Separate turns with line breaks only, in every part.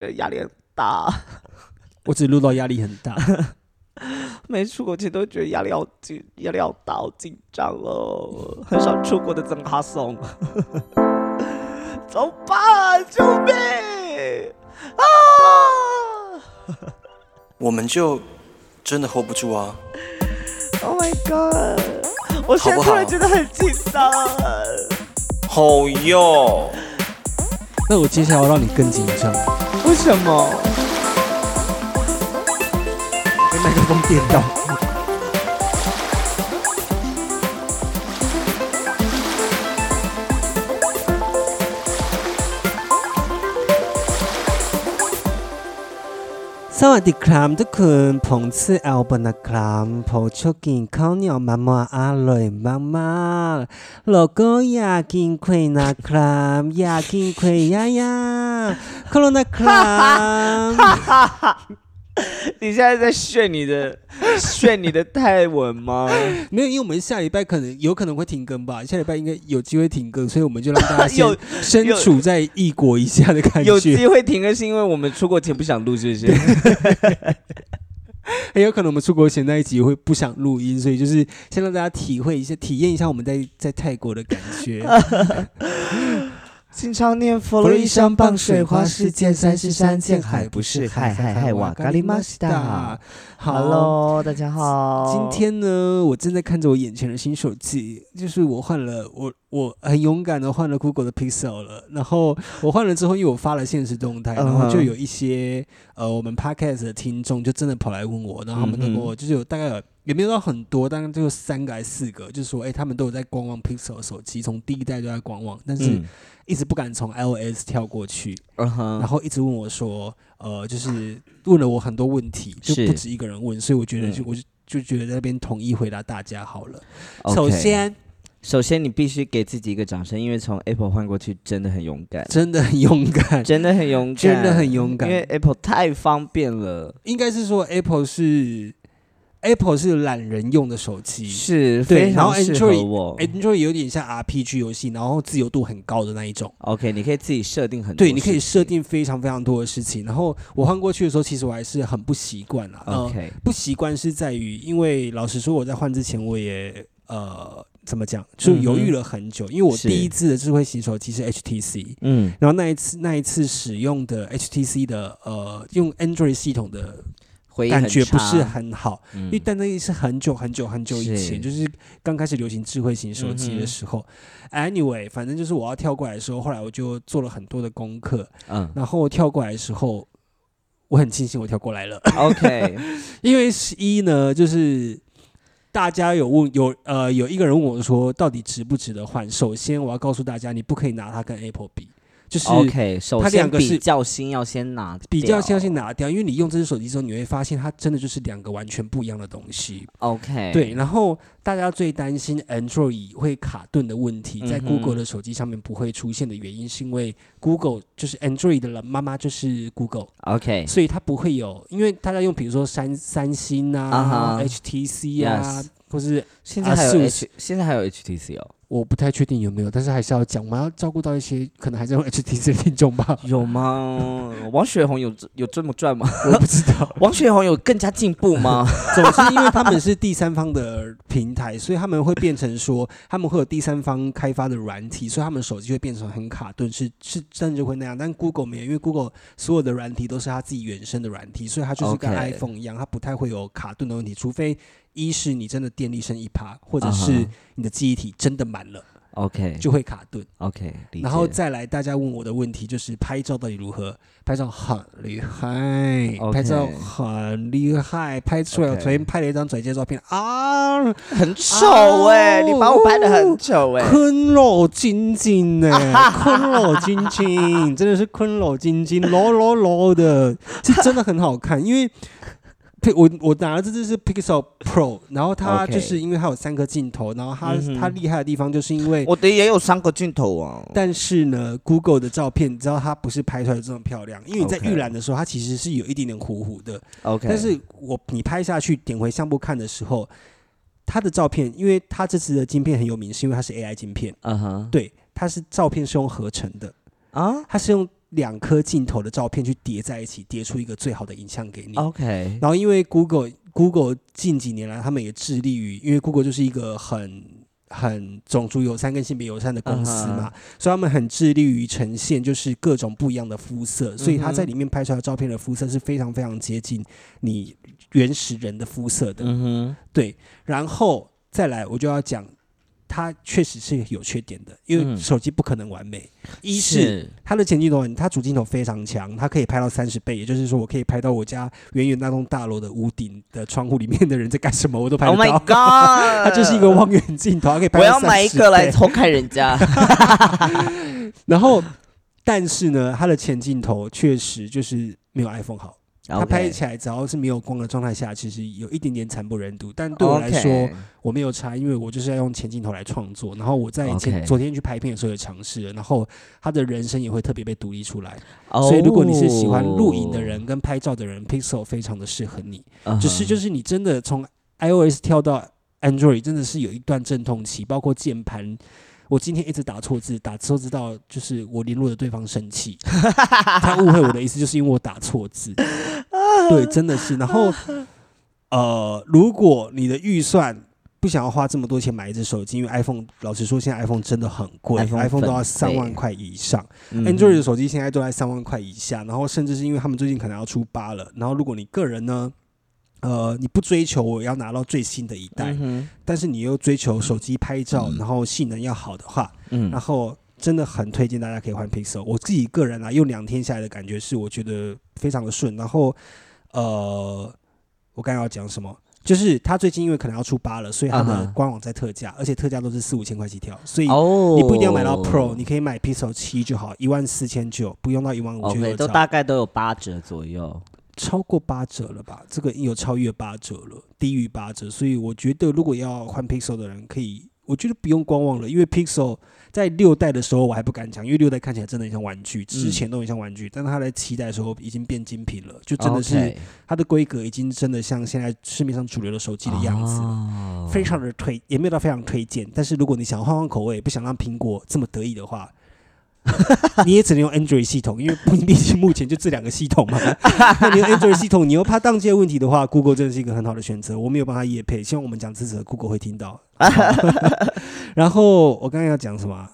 呃压力很大，
我只录到压力很大，
每次出国前都觉得压力好紧，压力好大，好紧张哦，很少出国的怎么哈松， 怎么办？救命啊！
我们就真的 hold 不住啊！
Oh my god！我现在突然觉得很紧张。
好哟，
那我接下来要让你更紧张，
为什么？
被麦克风电到。สวัสดีครับทุกคนผมชื่อแอลเบอร์ตนะครับผมชอบกินข้าวเหนียวมะม่วงอร่อยมากๆแล้วก็อยากกินเควนะครับอยากกินเควย่างๆขอบคุณนะครับ
你现在在炫你的炫你的泰文 吗？
没有，因为我们下礼拜可能有可能会停更吧，下礼拜应该有机会停更，所以我们就让大家 先
有
身
有
处在异国一下的感
有
觉，
机会停更是因为我们出国前不想录，是不是？
很有可能我们出国前那一集会不想录音，所以就是先让大家体会一下、体验一下我们在在泰国的感 觉。
呃经常念佛罗
佛罗
伊
伊
山
山
傍
傍
水
水
花，
花
世
世
界
界
三
三
十
十
三
三
见
见
海
海
不
不
是
是
海，海
海海
海
海
瓦
瓦
咖
咖
喱
喱
玛
玛
西
西
达
达。
Hello，大家好。
今天呢，我正在看着我眼前的新手机，就是我换了，我我很勇敢的换了 Google 的 Pixel 了。然后我换了之后，因为我发了现实动态，
嗯哼
然后就有一些呃我们 Podcast 的听众就真的跑来问我，然后他们都跟我就是有大概有也没有到很多，大概就三个还是四个，就说哎、他们都有在观望 Pixel 手机，从第一代都在观望，但是
嗯，
一直不敢从 iOS 跳过去。
嗯哼
然后一直问我说，呃，就是问了我很多问题，就是不止一个人问，所以我觉得就、
嗯
我就就觉得在那边统一回答大家好了。
OK
首先，
首先你必须给自己一个掌声，因为从 Apple 换过去真的很勇敢，
真的很勇敢，
呃真的很勇敢，
真的很勇
因为
敢。
Apple 太方便了，
应该是说 Apple 是 Apple 是懒人用的手机
是
对
非
然后
常适合
Android-
我。
，Android 有点像 RPG 游戏，然后自由度很高的那一种。
OK，你可以自己设定很多，
对，你可以设。定非常非常多的事情。然后我换过去的时候，其实我还是很不习惯啦。呃
OK，
不习惯是在于，因为老实说，我在换之前我也呃怎么讲，就犹豫了很久，因为我
嗯是
第一支的智慧型手机是 HTC。
嗯，
然后那一次，那一次使用的 HTC 的呃，用 Android 系统的
回应
感觉不是
差，
很好，
嗯
因为但那也是很久很久很久以
是嗯
前，就是刚开始流行智慧型手机的时候。Anyway，反正就是我要跳过来的时候，后来我就做了很多的功课，
嗯
然后跳过来的时候，我很庆幸我跳过来了。
，OK，
因为十一呢，就是大家有问有呃有一个人问我说，到底值不值得换？首先我要告诉大家，你不可以拿它跟 Apple 比，就是
OK，首
它
先
两个
比
是
较心要先拿掉，
比较先要去拿掉，因为你用这只手机之后，你会发现它真的就是两个完全不一样的东西。
OK，
对，然后大家最担心 Android 会卡顿的问题，在
嗯哼
Google 的手机上面不会出现的原因，是因为 Google 就是 Android 的妈妈就是 Google，
，OK，
所以它不会有，因为大家用比如说三三星啊、
啊哈
HTC 啊
Yes
或是
现在还有
啊
H，现在还有 HTC 哦，，
我不太确定有没有，但是还是要讲，我们要照顾到一些可能还在用 HTC 的听众吧
有 吗？王雪红有这有这么赚吗？
我不知 道。
王雪红有更加进步 吗？
总之，因为他们是第三方的平台，所以他们会变成说，他们会有第三方开发的软体，所以他们手机会变成很卡顿，是是真的就会那样。但 Google 没有，因为 Google 所有的软体都是它自己原生的软体，所以它就是跟
OK
iPhone 一样，它不太会有卡顿的问题，除非一是你真的电力剩一趴，或者
啊
是
哈
你的记忆体真的满了，
OK
就会卡顿。
OK，理
然后
解
再来，大家问我的问题就是拍照到底如何？拍照很厉害
OK
拍照很厉害，拍出来。我
OK
昨天拍了一张转接照片啊，
很丑哎、
哦
你把我拍的很丑 哎、
昆肉晶晶呢，昆肉晶晶，真的是昆肉晶晶，柔柔柔的，是真的很好看。因为对我我拿的这只是 Pixel Pro，然后它
OK
就是因为它有三个镜头，然后它、
嗯哼
它厉害的地方就是因为
我的也有三个镜头啊。
但是呢，Google 的照片，你知道它不是拍出来这么漂亮，因为你在
OK
预览的时候，它其实是有一点点糊糊的。
OK，
但是我你拍下去，点回相簿看的时候，它的照片，因为它这次的镜片很有名，是因为它是 AI 镜片，
嗯哼，
对，它是照片是用合成的，
啊，
它是用两颗镜头的照片去叠在一起，叠出一个最好的影像给你。
OK，
然后因为 Google Google 近几年来，他们也致力于，因为 Google 就是一个很很种族友善跟性别友善的公司
嗯
嘛所以他们很致力于呈现就是各种不一样的肤色，所以他
嗯
在里面拍出来的照片的肤色是非常非常接近你原始人的肤色的。
嗯
对，然后再来我就要讲，它确实是有缺点的，因为
嗯
手机不可能完美，
哼，
一它的前镜头很，它主镜头非常强，它可以拍到三十倍，也就是说，我可以拍到我家远远那栋大楼的屋顶的窗户里面的人在干什么，我都拍得
Oh
到。
my God，
它就是一个望远镜头，它可以拍
我
到
要
30
买一个来
倍
偷看 人家。
然后，但是呢，它的前镜头确实就是没有 iPhone 好。它
OK
拍起来只要是没有光的状态下，其实有一点点惨不忍睹。但对我来说
OK
我没有差，因为我就是要用前镜头来创作。然后我在前
OK
昨天去拍片的时候也尝试了，然后他的人声也会特别被独立出来。
哦
所以如果你是喜欢录影的，人跟拍照的人，Pixel 非常的适合你。
嗯哼
只是就是你真的从 iOS 跳到 Android，真的是有一段阵痛期，包括键盘。我今天一直打错字，打错字到就是我联络的对方生气，他误会我的意思，就是因为我打错字。对，真的是。然后，呃，如果你的预算不想要花这么多钱买一只手机，因为 iPhone 老实说，现在 iPhone 真的很贵
iPhone
，iPhone 都要
很
三万
贵
块以上。
嗯
Android 的手机现在都在三万块以下，然后甚至是因为他们最近可能要出八了，然后如果你个人呢，呃，你不追求我要拿到最新的一代，
嗯哼
但是你又追求手机拍照，然后性能要好的话，然
嗯，
后真的很推荐大家可以换 Pixel。我自己个人啊，用两天下来的感觉是，我觉得非常的顺。然后，呃，我刚刚要讲什么？就是它最近因为可能要出八了，所以它
啊
的
哈
官网在特价，而且特价都是四五千块起跳，所以
哦，
你不一定要买到 Pro，你可以买 Pixel 七就好，一万四千九，不用到一万五就
OK
有
哦都
找
大概都有八折左右。
超过八折了吧？这个有超越八折了，低于八折，所以我觉得如果要换 Pixel 的人，可以，我觉得不用观望了，因为 Pixel 在六代的时候我还不敢讲，因为六代看起来真的很像玩
嗯
具，之前都很像玩具，但它在七代的时候已经变精品了，就真的是
哦 OK
它的规格已经真的像现在市面上主流的手机的样子了。
哦
非常的推，也没有到非常推荐。但是如果你想换换口味，不想让苹果这么得意的话， 你也只能用 Android 系统，因为 毕毕竟目前就这两个系统嘛。那你用 Android 系统，你又怕当机的问题的话，Google 真的是一个很好的选择。我没有帮他业配，希望我们讲支持的 Google 会听 到。 然后我刚刚要讲什么啊？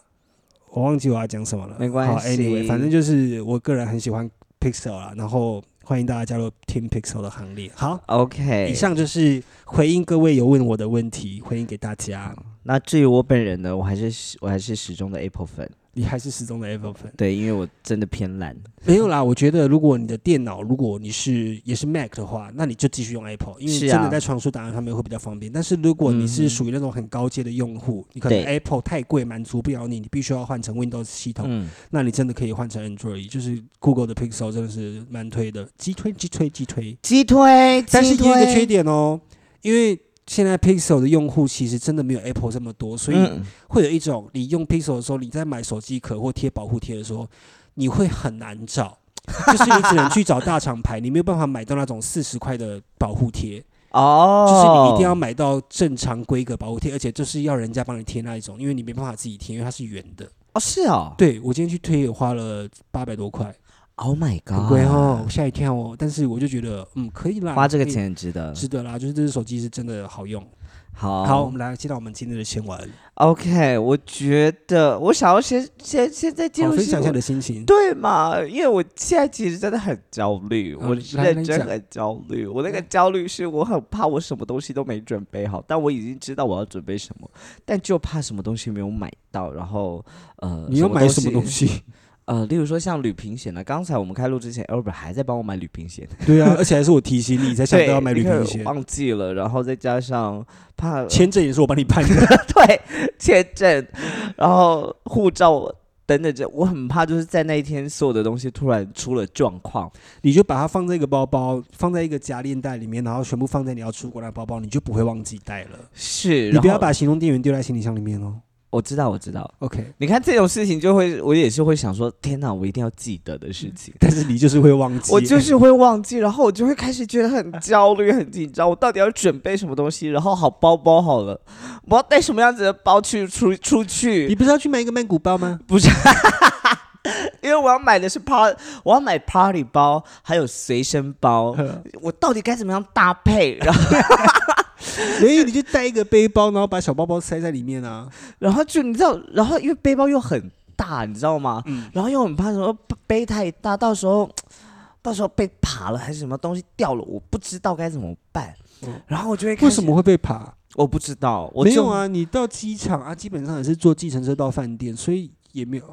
我忘记我要讲什么了，
没关
好
系
，Anyway，反正就是我个人很喜欢 Pixel 啦，然后欢迎大家加入 Team Pixel 的行列。好，
OK，
以上就是回应各位有问我的问题，回应给大家。
那至于我本人呢，我还是我还是始终的 Apple 粉，
你还是始终的 Apple 粉？
对，因为我真的偏懒。
没有啦，我觉得如果你的电脑，如果你是也是 Mac 的话，那你就继续用 Apple，因为
是
真
啊
的在传输档案上面会比较方便。但是如果你
嗯
是属于那种很高阶的用户，你可能
对
Apple 太贵，满足不了你，你必须要换成 Windows 系统，
嗯，
那你真的可以换成 Android，就是 Google 的 Pixel 真的是蛮推的，击推击推击推。
鸡腿，
但是
鸡
有一个
腿
缺，点哦，因为现在 Pixel 的用户其实真的没有 Apple 这么多，所以
嗯
会有一种你用 Pixel 的时候，你在买手机壳或贴保护贴的时候，你会很难找， 就是你只能去找大厂牌，你没有办法买到那种四十块的保护贴，
哦，
就是你一定要买到正常规格保护贴，而且就是要人家帮你贴那一种，因为你没办法自己贴，因为它是圆的。
哦，是哦，
对我今天去推也花了八百多块，
，Oh my
很
God，
贵哦，我吓一跳哦。但是我就觉得，嗯，可以啦，
花这个
可以
钱很值得。
值得啦，就是这只手机是真的好用。
好，
好，我们来接到我们今天的新闻，
OK，我觉得我想要先先现在进
好
入
分享一
新
下
闻
你的心情。
对嘛？因为我现在其实真的很焦虑，
嗯
我是
来来
认
讲嗯
真很焦虑。我那个焦虑是我很怕我什么东西都没准备好，但我已经知道我要准备什么，但就怕什么东西没有买到。然后呃，
你要买什么
么
东？西？
呃，例如说像旅平险呢，刚才我们开录之前，Albert 还在帮我买旅平险，
对啊，而且还是我提醒你才想
对，
到要买旅
你看
行险，
忘记了，然后再加上怕
签证也是我帮你办的。
对签证，然后护照等等这，我很怕就是在那一天所有的东西突然出了状况。
你就把它放在一个包包，放在一个夹链袋里面，然后全部放在你要出国的包包，你就不会忘记带了。
是，
你不
然
要
后
把行动电源丢在行李箱里面哦。
我知道，我知道。
OK，
你看这种事情，就会我也是会想说，天哪，我一定要记得的
嗯
事情。
但是你就是会忘记。
我就是会忘记，然后我就会开始觉得很焦虑、很紧张。我到底要准备什么东西？然后好包包好了，我要带什么样子的包去出 出
你
去？
不是要去买一个曼谷包吗？
不是，因为我要买的是 par，我要买 party 包，还有随身 包，我到底该怎么样搭配？然后，
没有你就带一个背包，然后把小包包塞在里面啊。
然后就你知道，然后因为背包又很大，你知道吗？
嗯
然后又很怕什么背太大，到时候到时候被爬了还是什么东西掉了，我不知道该怎么办。然后我就会开
嗯
始
为什么会被爬？
我不知道，我
没有
就
啊，你到机场啊，基本上也是坐计程车到饭店，所以也没有。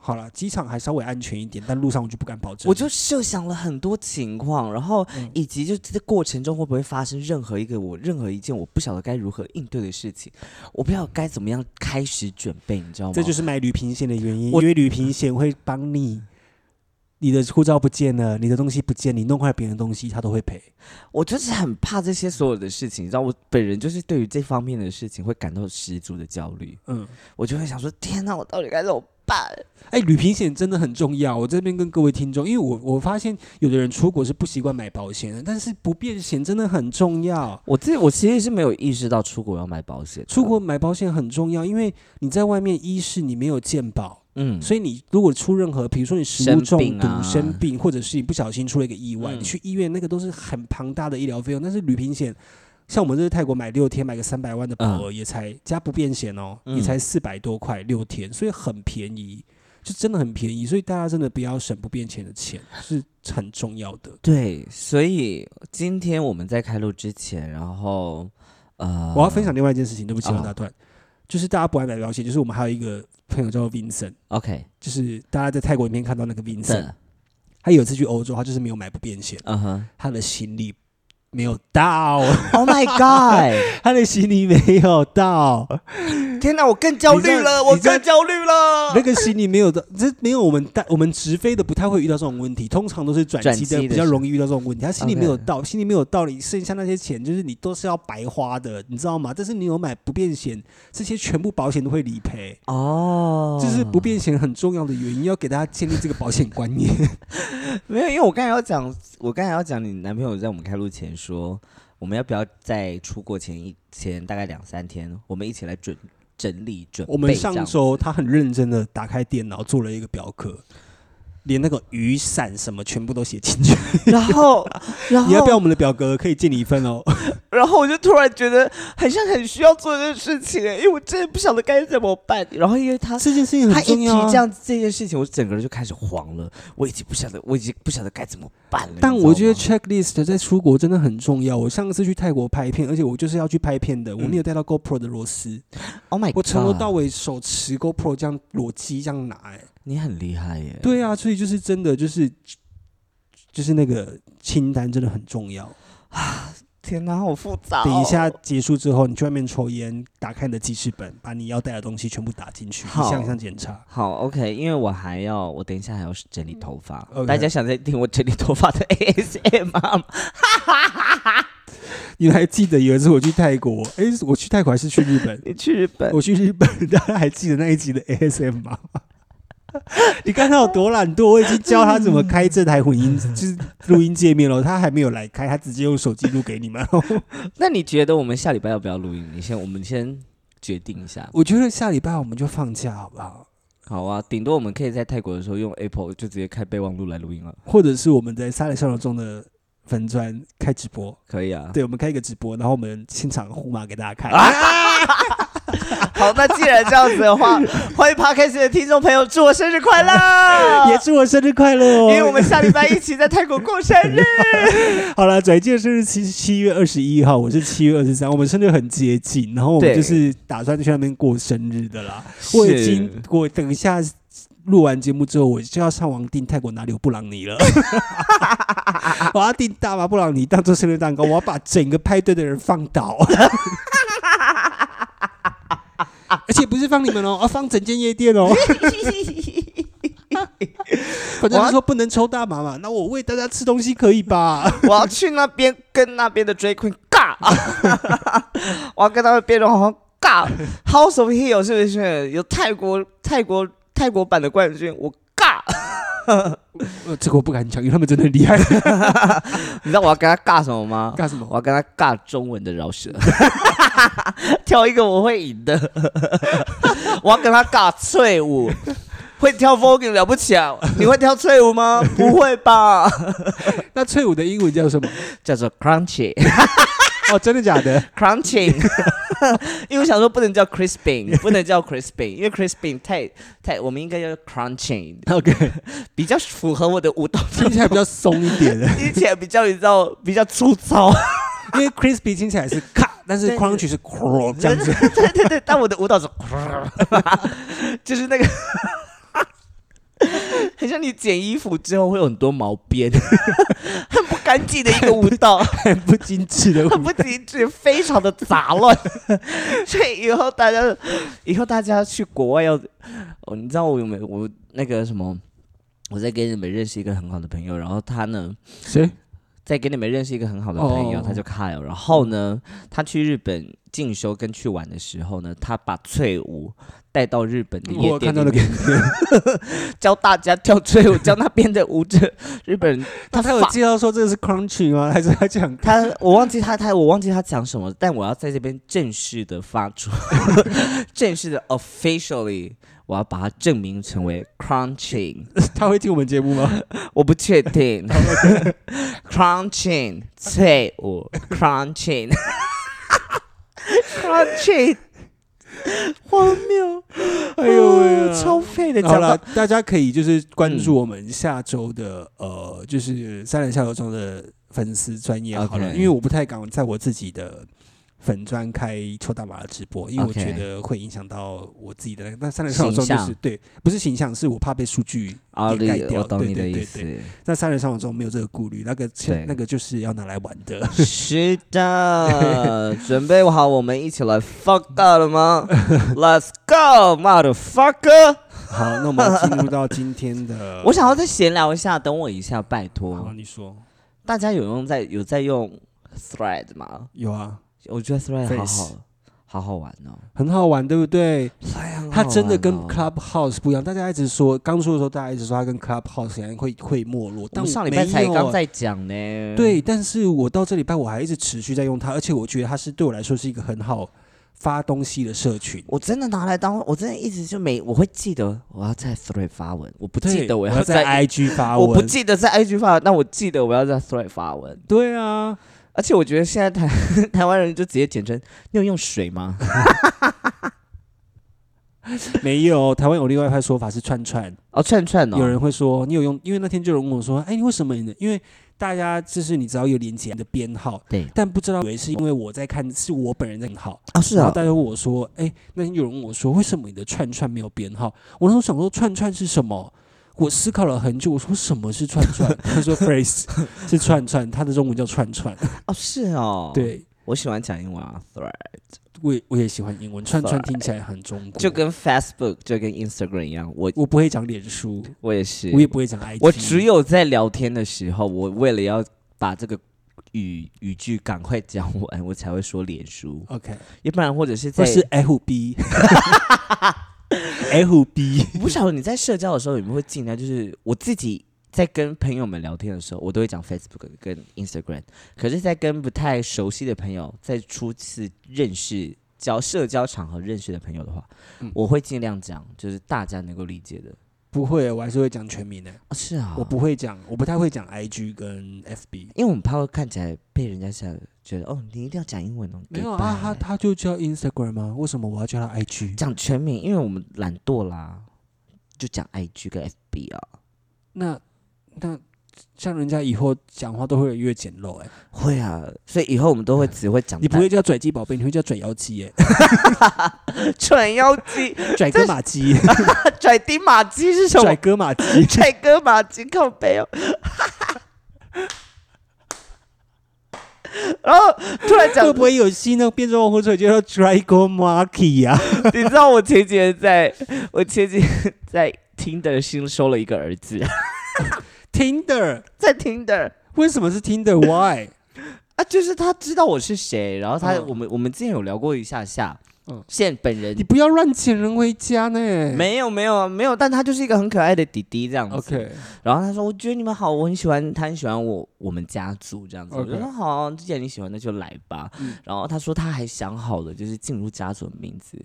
好了，机场还稍微安全一点，但路上我就不敢保证。
我就设想了很多情况，然后
嗯
以及就这个过程中会不会发生任何一个我任何一件我不晓得该如何应对的事情，我不知道该怎么样开始准备，你知道吗？
这就是买旅行险的原因，因
我
为旅行险会帮你，你的护照不见了，你的东西不见，你弄坏别人的东西，他都会赔。
我就是很怕这些所有的事情，你知道，我本人就是对于这方面的事情会感到十足的焦虑，
嗯，
我就会想说，天哪，我到底该怎么办？
哎，旅行险真的很重要。我这边跟各位听众，因为我我发现有的人出国是不习惯买保险的，但是不变险真的很重要。
我自己我其实是没有意识到出国要买保险的，
出国买保险很重要，因为你在外面，一是你没有健保，
嗯，
所以你如果出任何，比如说你食物
生
中
病
毒、
啊
生病，或者是你不小心出了一个意外，
嗯
你去医院那个都是很庞大的医疗费用。但是旅行险，像我们这是泰国买六天买个三百万的保额，也才加不变险哦，
嗯
也才四百多块六天，所以很便宜，就真的很便宜。所以大家真的不要省不变险的钱，是很重要的。
对，所以今天我们在开录之前，然后呃，
我要分享另外一件事情，对不起，
哦
老大段，就是大家不爱买保险，就是我们还有一个朋友叫做 Vincent，
OK
就是大家在泰国影片看到那个 Vincent，
的，
他有一次去欧洲，他就是没有买不变险。
嗯哼
他的行李没有 到，
，Oh my God！
他的行李没有到，
哦天哪，我更焦
你这
虑
样
了，我
你这样
更焦虑了
那。个行李没有到，这没有我们带我们直飞的不太会遇到这种问题，通常都是转机
转机的
的
是
比较容易遇到这种问题。他行李没有到，行李没有到，你剩下那些钱就是你都是要白花的，你知道吗？但是你有买不变险，这些全部保险都会理赔。
哦，
这是不变险很重要的原因，要给大家建立这个保险观 念。
没有，因为我刚才要讲，我刚才要讲，你男朋友在我们开录前说，我们要不要在出国前一前大概两三天，我们一起来准整理准备
我们
这
上
样
周他很认真的打开电脑做了一个表格，连那个雨伞什么全部都写进去。
然后， 然后
你要不要我们的表格？可以借你一份哦。
然后我就突然觉得很像很需要做这件事情，哎因为我真的不晓得该怎么办。然后因为 他
这件事情
他
很重
一提
要、
这
啊。
样子这件事情，我整个人就开始黄了，我已经不晓得，我已经不晓得该怎么办了。
但
你知道
我觉得
吗
checklist 在出国真的很重要。我上次去泰国拍片，而且我就是要去拍片的，我没有带到 GoPro 的螺丝，
，Oh my，
我从头
God，
到尾手持 GoPro 这样裸机这样拿、哎，
你很厉害耶。
对啊，所以就是真的就是就是那个清单真的很重要。
哦天哪，好复杂、哦。
等一下，结束之后，你去外面抽烟，打开你的记事本，把你要带的东西全部打进去，
好
一项一项检查。
好，OK，因为我还要，我等一下还要整理头发。
嗯 OK
大家想在听我整理头发的 ASM 吗？
你还记得有一次我去泰国，诶，我去泰国还是去日本？
你去日本，
我去日本，大家还记得那一集的 ASM 吗？ 你看他有多懒惰，我已经教他怎么开这台混音， 就是录音界面了，他还没有来开，他直接用手机录给 你们。
那你觉得我们下礼拜要不要录音？你先，我们先决定一下。
我觉得下礼拜我们就放假好不好？
好啊，顶多我们可以在泰国的时候用 Apple 就直接开备忘录来录音了，
或者是我们在《沙里笑容》中的粉砖开直播，
可以啊。
对，我们开一个直播，然后我们现场互骂给大家看。
好，那既然这样子的话，欢迎 Podcast 的听众朋友，祝我生日快 乐！
也祝我生日快乐哦！
因为我们下礼拜一起在泰国过生 日。
好了，转介生日期是七月二十一号，我是七月二十三，我们生日很接近，然后我们
对
就是打算去那边过生日的啦。我已经，我等一下录完节目之后，我就要上网订泰国哪里有布朗尼了。 我要订大麻布朗尼当做生日蛋糕，我要把整个派对的人放倒。 而且不是放你们哦，而放整间夜店哦。反正他说不能抽大麻嘛，那我喂大家吃东西可以吧？
我要去那边跟那边的 Drag Queen 尬， 我要跟他们变成好像尬。House of Hill 是不是有泰国泰国泰国版的冠军？我尬，
呃，这个我不敢讲，因为他们真的很厉害。
你知道我要跟他尬什么 吗？
干什么
我？要跟他尬中文的饶 舌， 挑一个我会赢的。我要跟他尬脆舞，会跳 voguing 了不起啊？你会跳脆舞 吗？不会吧？
那翠舞的英文叫什么？
叫做 crunchy
哦，真的假的？
crunching，因为我想说不能叫 crisping，不能叫 crisping，因为 crisping 太太，我们应该叫 crunching，
OK，
比较符合我的舞蹈
听起来比较松一点的，
听起来比较你知道比较粗糙，
因为 crispy 听起来是咔，但是
对
crunchy 是 cr 这样子。
对对对，但我的舞蹈是， 就是那个，很像你剪衣服之后会有很多毛边， 很不干净的一个舞蹈，
很不精致的舞
很不精致，非常的杂乱。 所以以后大家，以后大家去国外要，哦，你知道我有没有我那个什么？我在跟你们认识一个很好的朋友，然后他呢，
谁？
在跟你们认识一个很好的朋友，
哦
他叫 Kyle。然后呢，他去日本进修跟去玩的时候呢，他把翠舞带到日本的
我
夜
有看
店
到那
里
个
面，教大家跳翠舞，教那边的舞者日本人。
他他有
发
介绍说这个是 crunchy 吗？还是他讲
他我忘记他他我忘记他讲什么，但我要在这边正式的发出， 正式的 officially，我要把它证明成为 crunching。
他会听我们节目吗？
我不确定。crunching 脆舞 crunching crunching 荒谬，哦
哎呦喂、啊！
超废的
好
讲
了
法。，
大家可以就是关注我们下周的、
嗯
呃，就是三人下楼中的粉丝专业好了
OK
因为我不太敢在我自己的粉专开抽大麻的直播，因为我
OK
觉得会影响到我自己的那个。但三人上楼中
形
就是
象
对，不是形象，是我怕被数据
奥
掩盖
利，
掉。
我懂
对
你的
对
意
对
思
对。那三人上楼中没有这个顾虑，那个
对
那个就是要拿来玩 的。
是的，准备好我们一起来 fuck up 了吗？Let's go, motherfucker！，
好，那我们要进入到今天的
我想要再闲聊一下，等我一下，拜
好，
托。
你说
大家有用在有在用 Thread 吗？
有啊，
我觉得 Thread 好
Threads
好好好玩哦。
很好玩，对不对？它
它
真的跟
哦
Clubhouse 不一样，大家一直说，刚说的时候，大家一直说它跟 Clubhouse 一样会会没落，
我
但
们
我
上礼拜
没
才
有啊
刚在讲呢。，
对，但是我到这礼拜我还一直持续在用它，而且我觉得它是对我来说是一个很好发东西的社群。
我真的拿来当，我真的一直就没，我会记得我要在 Thread 发文，我不
对
记得
我
要
在 IG 发
我
文，
不记得在 IG 发文，但我记得我要在 Thread 发文。
对啊，
而且我觉得现在台 台湾人就直接简称，你有用 水吗？
没有。台湾有另外一派说法是串串，
哦，串串哦，
有人会说你有用，因为那天就有人问我说，哎，你为什么你的？因为大家就是你只要有连接你的编号，
对
但不知道以为是因为我在看，是我本人在看号。
啊，是
然后
啊，
大家问我说：“哎、那天有人问我说，为什么你的串串没有编号？”我那时候想说，串串是什么？我思考了很久，我说什么是串串？他说 phrase 是串串，它的中文叫串 串。
哦是哦，，
对，
我喜欢讲英文啊，Thread
我也我也喜欢英文，串串听起来很中国。
就跟 Facebook 就跟 Instagram 一样，我
我不会讲脸书，
我也是，
我也不会讲 IG，
我只有在聊天的时候，我为了要把这个语语句赶快讲完，我才会说脸书，
OK，
要不然或者是在
哦或是 FB。FB
我不晓得你在社交的时候有没有会尽量，就是我自己在跟朋友们聊天的时候，我都会讲 Facebook 跟 Instagram，可是，在跟不太熟悉的朋友，在初次认识交社交场合认识的朋友的话，
嗯
我会尽量讲，就是大家能够理解的。
不会，我还是会讲全名的。
啊是啊，
我不会讲，我不太会讲 IG 跟 FB。
因为我们怕会看起来被人家想觉得哦，你一定要讲英文哦。
没有
goodbye
啊，他他就叫 Instagram 吗？为什么我要叫他 IG？
讲全名，因为我们懒惰啦，就讲 IG 跟 FB 啊。
那那像人家以后讲话都会越简陋哎、
会啊，所以以后我们都会只会讲。
啊你不会叫拽鸡宝贝，你会叫拽妖姬哎、
转腰肌、
拽哥马鸡，
转丁马鸡是什
拽
么？
哥马鸡，
拽哥马鸡靠背哦。 然后突然讲
会，不会有戏呢？变成火腿就叫 Dragon Monkey 呀、啊？
你知道我前几天在，我前几天在 Tinder 新收了一个儿子，
Tinder
在 Tinder。
为什么是 Tinder？Why？
啊，就是他知道我是谁，然后他、
嗯
我们我们之前有聊过一下下，
嗯
现本人
你不要乱捡人回家呢。
没有没有啊没有，但他就是一个很可爱的弟弟这样子。
OK，
然后他说：“我觉得你们好，我很喜欢，他很喜欢我我们家族这样子。我就
OK
说：“好啊，既然你喜欢，那就来吧。
嗯
然后他说他还想好了，就是进入家族的名字，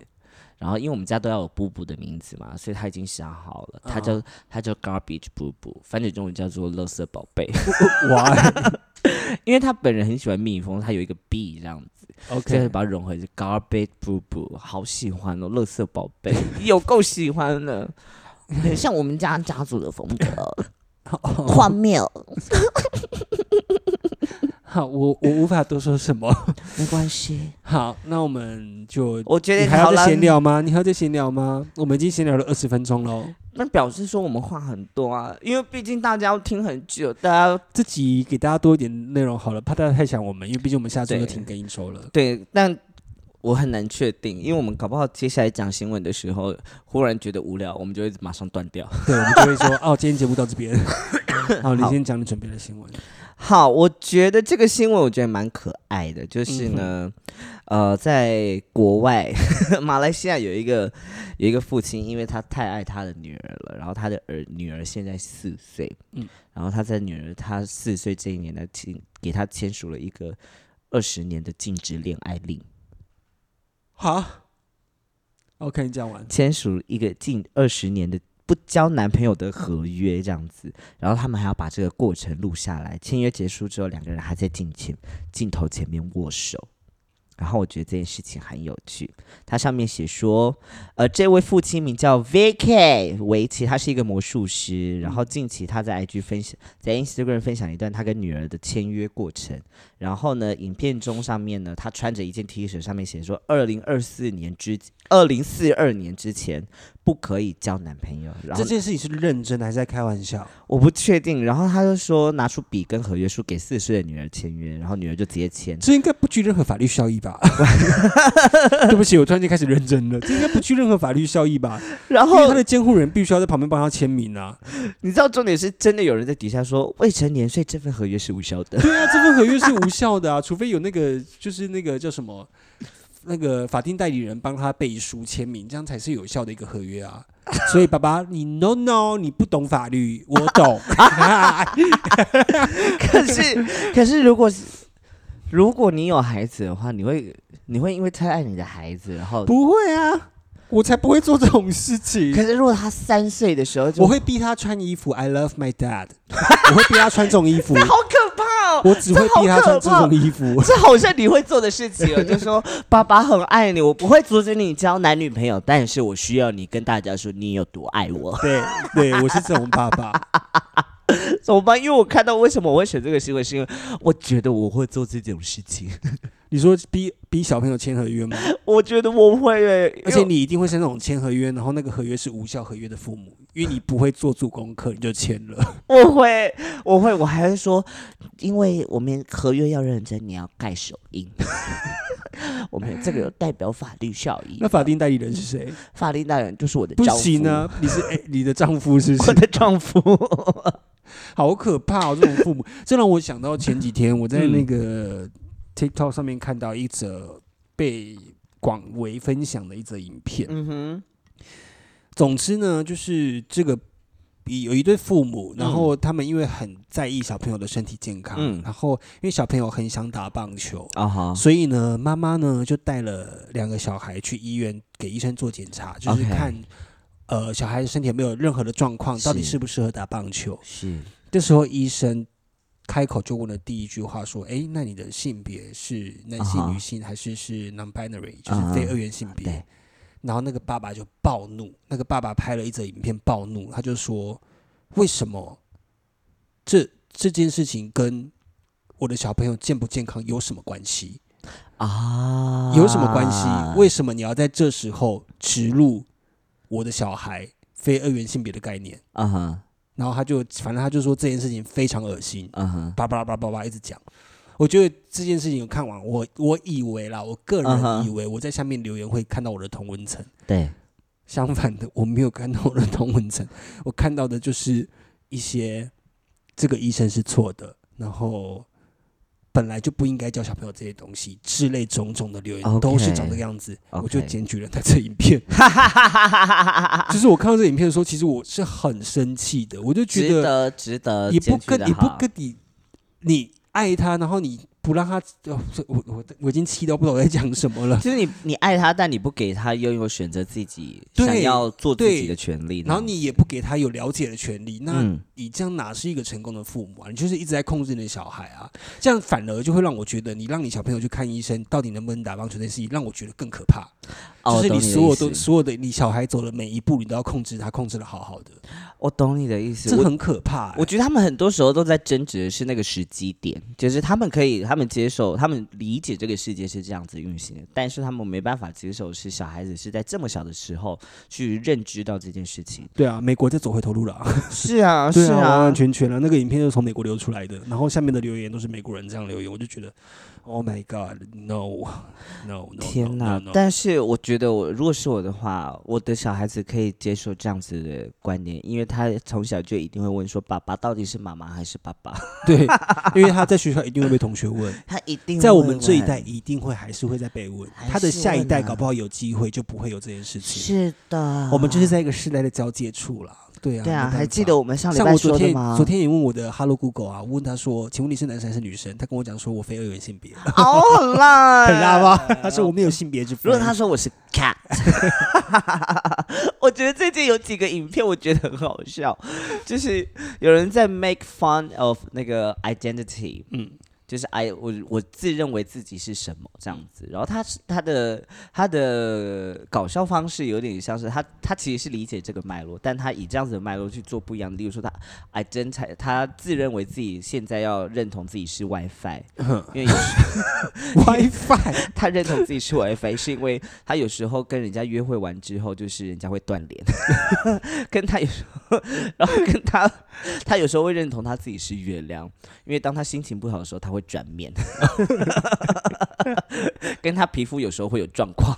然后因为我们家都要有布布的名字嘛，所以他已经想好了，他叫他叫 Garbage 布布，翻译中文叫做“垃圾宝贝”，
哇
因为他本人很喜欢蜜蜂，他有一个 B 这样子。现在
，OK，
把它融合是 garbage boo boo，好喜欢哦，乐色宝贝， 有够喜欢的，很像我们家家族的风格，荒谬。
好，我我无法多说什么。
没关系，
好，那我们就
我觉
你
得
还要
好
再
了
闲，聊吗？你还要再闲聊吗？我们已经闲聊了二十分钟喽，
那表示说我们话很多啊，因为毕竟大家要听很久，大家
这集给大家多一点内容好了，怕大家太想我们，因为毕竟我们下周
对
就停更一周了。
对，但。我很难确定，因为我们搞不好接下来讲新闻的时候，忽然觉得无聊，我们就会马上断掉。
对，我们就会 说哦，今天节目到这 边。好，你
好
先讲你准备的新闻。
好，我觉得这个新闻我觉得蛮可爱的，就是呢，呃，在国外， 马来西亚有一个有一个父亲，因为他太爱他的女儿了，然后他的儿女儿现在四岁，
嗯
然后他在女儿他四岁这一年呢，签给他签署了一个二十年的禁止恋爱令，
好，OK，你讲完。
签署一个近二十年的不交男朋友的合约这样子，然后他们还要把这个过程录下来。签约结束之后，两个人还在镜前镜头前面握手。然后我觉得这件事情很有趣，它上面写说，呃，这位父亲名叫 Vicky 维奇，他是一个魔术师。然后近期他在 IG 分享，在 Instagram 分享一段他跟女儿的签约过程。然后呢，影片中上面呢，他穿着一件 T 恤，上面写说，二零二四年之二零四二年之前不可以交男朋友。然后
这件事情是认真的还是在开玩笑？
我不确定，然后他就说拿出笔跟合约书给四岁的女儿签约，然后女儿就直接签。
这应该不具任何法律效益吧？ 对不起，我突然间开始认 真了。这应该不具任何法律效益吧？
然
因为
后
他的监护人必须要在旁边帮他签名啊。
你知道重点是真的有人在底下说未成年，所以这份合约是无效的。
对啊，这份合约是无效的啊，除非有那个就是那个叫什么那个法定代理人帮他背书签名，这样才是有效的一个合约啊。所以爸爸，你 no no，你不懂法律，我 懂。
可是可是如果是如果你有孩子的话，你会你会因为太爱你的孩子，然后
不会啊，我才不会做这种事
可
情。
是如果他三岁的时候就
我会逼他穿衣服，I love my dad。我会逼他穿这种衣服，
好可怕哦。
我只会逼他穿这种衣服。
这好像你会做的事情哦，就 说爸爸很爱你，我不会阻止你交男女朋友，但是我需要你跟大家说你有多爱我。
对对，我是这种爸爸。
怎么办？因为我看到为什么我会选这个新闻，是因为我觉得我会做这种 事情，
你说逼逼小朋友签合约吗？
我觉得我会耶、
而且你一定会是那种签合约，然后那个合约是无效合约的父母，因为你不会做足功课，你就签 了。
因为我会，我会，我还会说，因为我们合约要认真，你要盖手印。 我们这个有代表法律效益
那，法定代理人是谁？
法律大人就是我的
不
丈夫
行， 啊，你是哎、你的丈夫是
我
谁？
的丈夫。
好可怕哦，这种父母，这让我想到前几天我
嗯
在那个 TikTok 上面看到一则被广为分享的一则影片。
嗯哼，
总之呢，就是这个有一对父母，然后他们因为很在意小朋友的身体健康，
嗯
然后因为小朋友很想打棒球，
啊哈，
所以呢，妈妈呢就带了两个小孩去医院给医生做检查，就是
OK
看呃小孩身体有没有任何的状况，
是
到底适不适合打棒球。
是
这时候医生开口就问了第一句话说：“诶，那你的性别是男性、
啊哈
女性还是是 non-binary，就
啊
是非二元性别？”
对
然后那个爸爸就暴怒，那个爸爸拍了一则影片暴怒，他就说：“为什么这这件事情跟我的小朋友健不健康有什么关系？”
啊，
有什么关系？为什么你要在这时候植入我的小孩非二元性别的概念？
啊哈
然后他就，反正他就说这件事情非常恶心，
啊哈
叭叭叭叭叭一直讲。我觉得这件事情有看完，我我以为啦，我个
嗯哼
人以为我在下面留言会看到我的同文层，
对，
相反的，我没有看到我的同文层， 我看到的就是一些这个医生是错的，然后本来就不应该教小朋友这些东西之类种种的留言
OK
都是长这个样子
OK
我就检举了他这影 片。
哈哈哈哈哈哈哈！
就是我看到这影片的时候，其实我是很生气 的，我就觉
值
得
得值得
也不
检举
跟
得
也不
好
跟你你爱他，然后你不让他，呃我我我已经气到不知道我在讲什么了。
就是你你爱他，但你不给他拥有选择自己
对
想要做自己
对
的权利呢，
然后你也不给他有了解的权利，那
嗯
你这样哪是一个成功的父母啊？你就是一直在控制你的小孩啊，这样反而就会让我觉得，你让你小朋友去看医生，到底能不能打棒球这件事情，让我觉得更可怕。
哦
就是
懂
你
你的
所有
意思
都所有的你小孩走的每一步，你都要控制他，控制的好好的，
我懂你的意思，
这
我
很可怕、欸。
我觉得他们很多时候都在争执的是那个时机点，就是他们可以，他们接受，他们理解这个世界是这样子运行的，但是他们没办法接受是小孩子是在这么小的时候去认知到这件事情。
对啊，美国在走回头路了啊、
是 啊，
对
是
啊，完完全全了。那个影片就是从美国流出来的，然后下面的留言都是美国人这样留言，我就觉得，Oh my God，No，No，No，
天
哪
呐！！但是我觉得我，如果是我的话，我的小孩子可以接受这样子的观念，因为他从小就一定会问说：“爸爸到底是妈妈还是爸爸
对，因为他在学校一定会被同学问，？”
他一定
在我
会
们这一
问
代一定会还是会在被问，
还
他的
是
下一
问
代
啊
搞不好有机会就不会有这件事情。
是的，
我们就是在一个世代的交界处啦。对啊，
对啊，
没办
还记
法
得我们上礼
像
拜
我
说
昨
的
天
吗？
昨天也问我的 Hello Google 啊，我问他说，请问你是男生还是女生？他跟我讲说我非二元性别，
哦，很 辣，
很拉吗？他说我没有性别之分。
哎如果他说我是 cat，我觉得最近有几个影片我觉得很好笑，就是有人在 make fun of 那个 identity，嗯
嗯，
就是 I 我我自认为自己是什么这样子，然后他是他的他的搞笑方式有点像是他他其实是理解这个脉络，但他以这样子的脉络去做不一样的，例如说他 identity 他自认为自己现在要认同自己是 WiFi，因为有时
WiFi，
他认同自己是 WiFi，是因为他有时候跟人家约会完之后，就是人家会断联， 跟他有时候，然后跟他，他有时候会认同他自己是月亮，因为当他心情不好的时候，他会转面， 跟他皮肤有时候会有状况，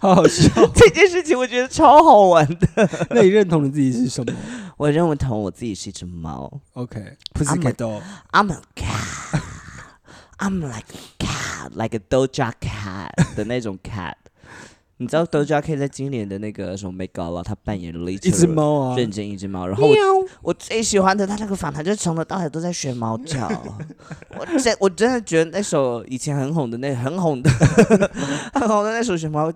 好好笑。
这件事情我觉得超好玩的。
那你认同你自己是什么
我认为同我自己是一只猫
？OK，不是 g o
，I'm a cat。I'm like a cat, like a Doja Cat 的那种 cat。你知道 Doja Cat 在今年的那个什么 Met Gala，她扮演了一
一只，猫啊，
认真一只猫。然后我我最喜欢的她那个访谈，就是从头到尾都在学猫 叫。我真我真的觉得那首以前很红的那很红的 很红的那首学猫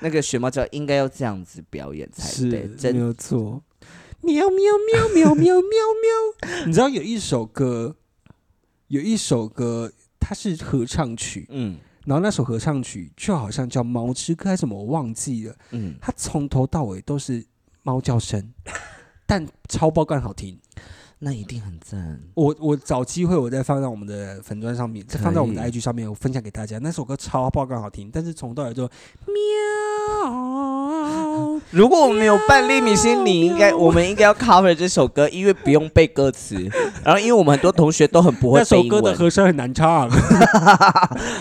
那个学猫叫应该要这样子表演才对
是，
真
没有错。哎喵喵喵喵喵喵喵，你知道有一首歌，有一首歌它是合唱曲，
嗯
然后那首合唱曲就好像叫《猫之歌》还是什么，我忘记了。
嗯，
它从头到尾都是猫叫声，但超爆干好听。
那一定很赞。
我我找机会我再放在我们的粉砖上面，再放在我们的
可以
IG 上面，我分享给大家。那首歌超爆干好听，但是从头到尾就喵。
如果我们有办利米星，你应 该我们应该要 cover 这首歌，因为不用背歌 词，然后因为我们很多同学都很不会
那
背
首
英
歌
文
的。和声很难唱，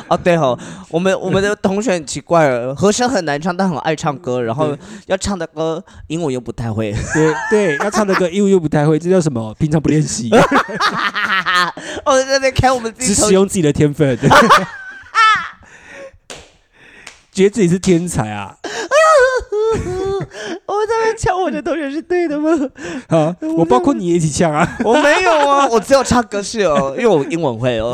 哦，对哦，我们我们的同学很奇怪哦，和声很难唱，但很爱唱歌，然后要唱的歌英文又不太 会。
对对，要唱的歌又又不太会，这叫什么？ 平常不练习，
我们哦在那边开我们自
只
己头
使，用自己的天分，觉得自己是天才啊！
我哦们在那边抢我的同学是对的吗？
啊，我包括你也一起唱啊！
我没有啊，我只有唱歌是哦， 因为我英文会哦，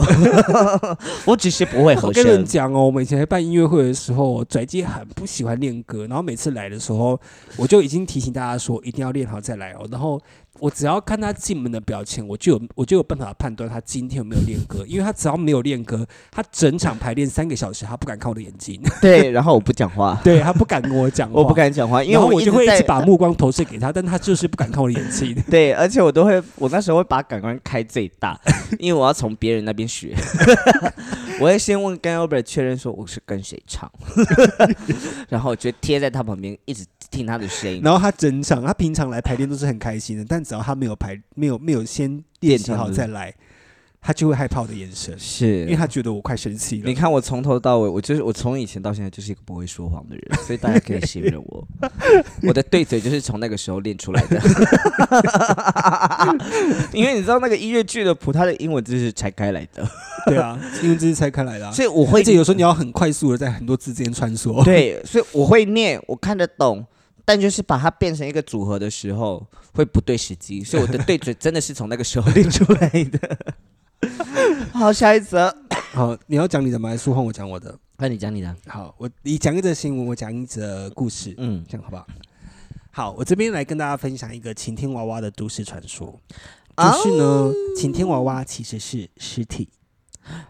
我只是不会
我
和
跟人
声。
讲哦，我们以前在办音乐会的时候，拽姐很不喜欢练歌，然后每次来的时候，我就已经提醒大家说一定要练好再来哦。然后我只要看她进门的表情，我就有我就有办法判断她今天有没有练歌，因为她只要没有练歌，她整场排练三个小时，她不敢看我的眼睛，
对，然后我不讲话，
对她不敢 跟我讲话，
我不敢讲话，因为
然后我
一
就会一
在
直把目光投射给他，但他就是不敢看我的眼睛。
对，而且我都会，我那时候会把感官开最大，因为我要从别人那边学。 我会先问跟 Albert 确认说我是跟谁唱， 然后我就贴在他旁边，一直听他的声 音。
然后他整场，他平常来排练都是很开心的，但只要他没有排，没有没有先练习好再来，他就会害怕我的眼神，因为
是，
他觉到我快生气了。
你看我从头到尾，我就是我从以前到现在就是一个不会说谎的人，所以大家可以信 任我。我的对嘴就是从那个时候练出来的， 因为你知道那个音乐剧的谱，它的英文字是拆开来的，
对啊，因为这是拆开来的、 啊，
所以我会
而且有时候你要很快速的在很多字之间穿梭。
对，所以我会念，我看得懂，但就是把它变成一个组合的时候会不对时机，所以我的对嘴真的是从那个时候练出来的。好，下一则，
好，你要讲你的吗？还是换我讲我的？
那你讲你的，
好，我你讲一则新闻，我讲一则故事，
嗯，
这样好不好？好，我这边来跟大家分享一个晴天娃娃的都市传说，
啊
就是呢，晴天娃娃其实是尸体，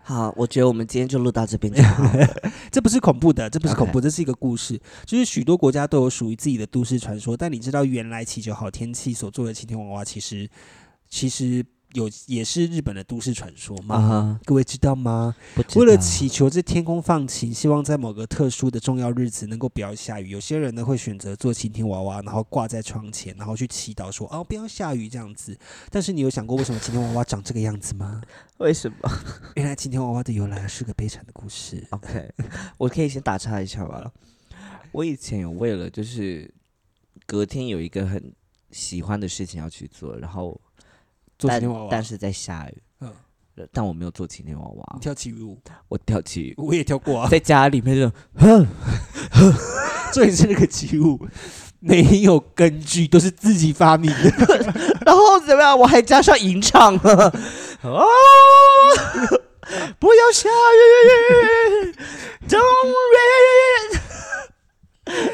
好，我觉得我们今天就录到这边就好。
这不是恐怖的，这不是恐怖这是一个故事。就是许多国家都有属于自己的都市传说，但你知道，原来祈求好天气所做的晴天娃娃，其实其实有也是日本的都市传说吗？
啊
各位知道吗？
不知
为了
道
祈求这天空放晴，希望在某个特殊的重要日子能够不要下雨，有些人呢会选择做晴天娃娃，然后挂在窗前，然后去祈祷说哦不要下雨这样子。但是你有想过为什么晴天娃娃长这个样子 吗？
为什么
原来晴天娃娃的由来是个悲惨的故事。哦
？OK，我可以先打岔一下吗？我以前有为了就是隔天有一个很喜欢的事情要去做，然后
做晴
但
天娃娃，
但是在下雨，
嗯
呃但我没有做晴天娃
你
娃，
跳起舞，
我跳起雨，
我也跳过啊。
在家里面就
重点是那个起舞没有根据，都是自己发明的。
然后怎么样？我还加上吟唱 哦，不要下雨，Don't rain。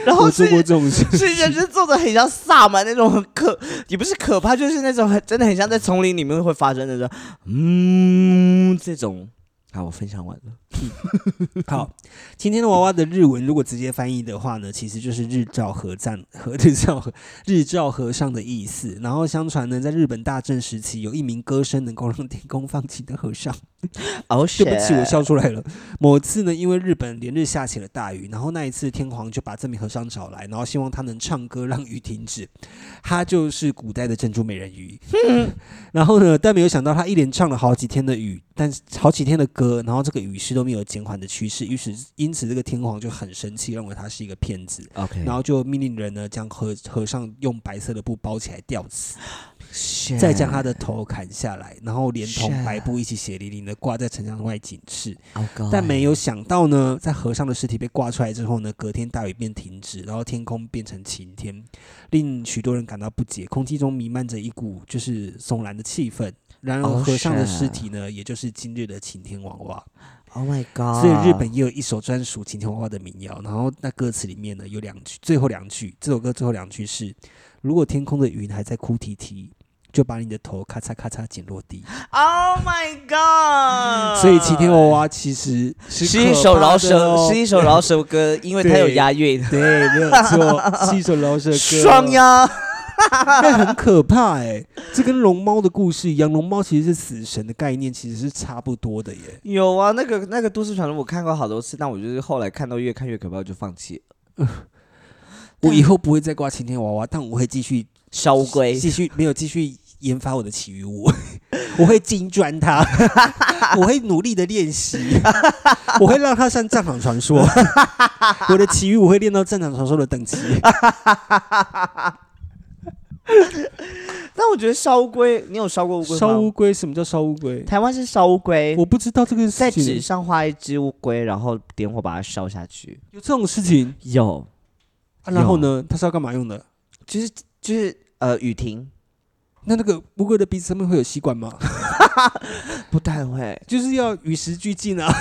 然后
我做
是
过这 种事，
是就是做的很像萨满那种很可，也不是可怕，就是那种很真的很像在丛林里面会发生的那种，嗯，这种。好，我分享完了。
好，今天的娃娃的日文如果直接翻译的话呢，其实就是日照和赞 和日照和日照和尚的意思。然后相传呢，在日本大正时期，有一名歌声能够让天空放晴的和尚。
哦，
对不起，我笑出来了。某次呢，因为日本连日下起了大雨，然后那一次天皇就把这名和尚找来，然后希望他能唱歌让雨停止。他就是古代的珍珠美人鱼。 然后呢，但没有想到他一连唱了好几天的雨，但是好几天的歌，然后这个雨势都没有减缓的趋势，于是因此这个天皇就很生气，认为他是一个骗子。
OK，
然后就命令人呢，将和和尚用白色的布包起来吊死，
Shit
再将他的头砍下来，然后连同
是
白布一起血淋淋的挂在城墙外警示。
Oh God
但没有想到呢，在和尚的尸体被挂出来之后呢，隔天大雨便停止，然后天空变成晴天，令许多人感到不解。空气中弥漫着一股就是悚然的气氛。然而，
哦
和尚的
是啊
尸体呢，也就是今日的晴天娃娃。
，Oh my God，
所以日本也有一首专属晴天娃娃的民谣，然后那歌词里面呢有两句，最后两句，这首歌最后两句是：如果天空的云还在哭啼啼，就把你的头咔嚓咔嚓剪落地。
Oh my God！
嗯所以晴天娃娃其实是
啊是一首
可怕
饶
的哦
舌，是一首饶舌歌，因为它有押韵，
对，没有错，是一首饶舌歌，
双，押。
但很可怕哎、这跟龙猫的故事一样，龙猫其实是死神的概念，其实是差不多的耶。
有啊，那个那个都市传说我看过好多次，但我就是后来看到越看越可怕，我就放弃了。
我以后不会再挂晴天娃娃，但我会继续
烧乌龟，
继续没有继续研发我的奇遇舞， 我会精专它， 我会努力的练 习，我会让它上战场传 说，我的奇遇舞会练到战场传说的等级。
但我觉得烧乌龟，你有烧过乌龟吗？
烧乌龟？什么叫烧乌龟？
台湾是烧乌龟，
我不知道这个
在
事
纸
情
上画一只乌龟，然后点火把它烧下去。
有这种事情、
有，
啊然后呢，它是要干嘛用的？
就是就是呃，雨停
那那个乌龟的鼻子上面会有吸管吗？
不太会。
就是要与时俱进啊！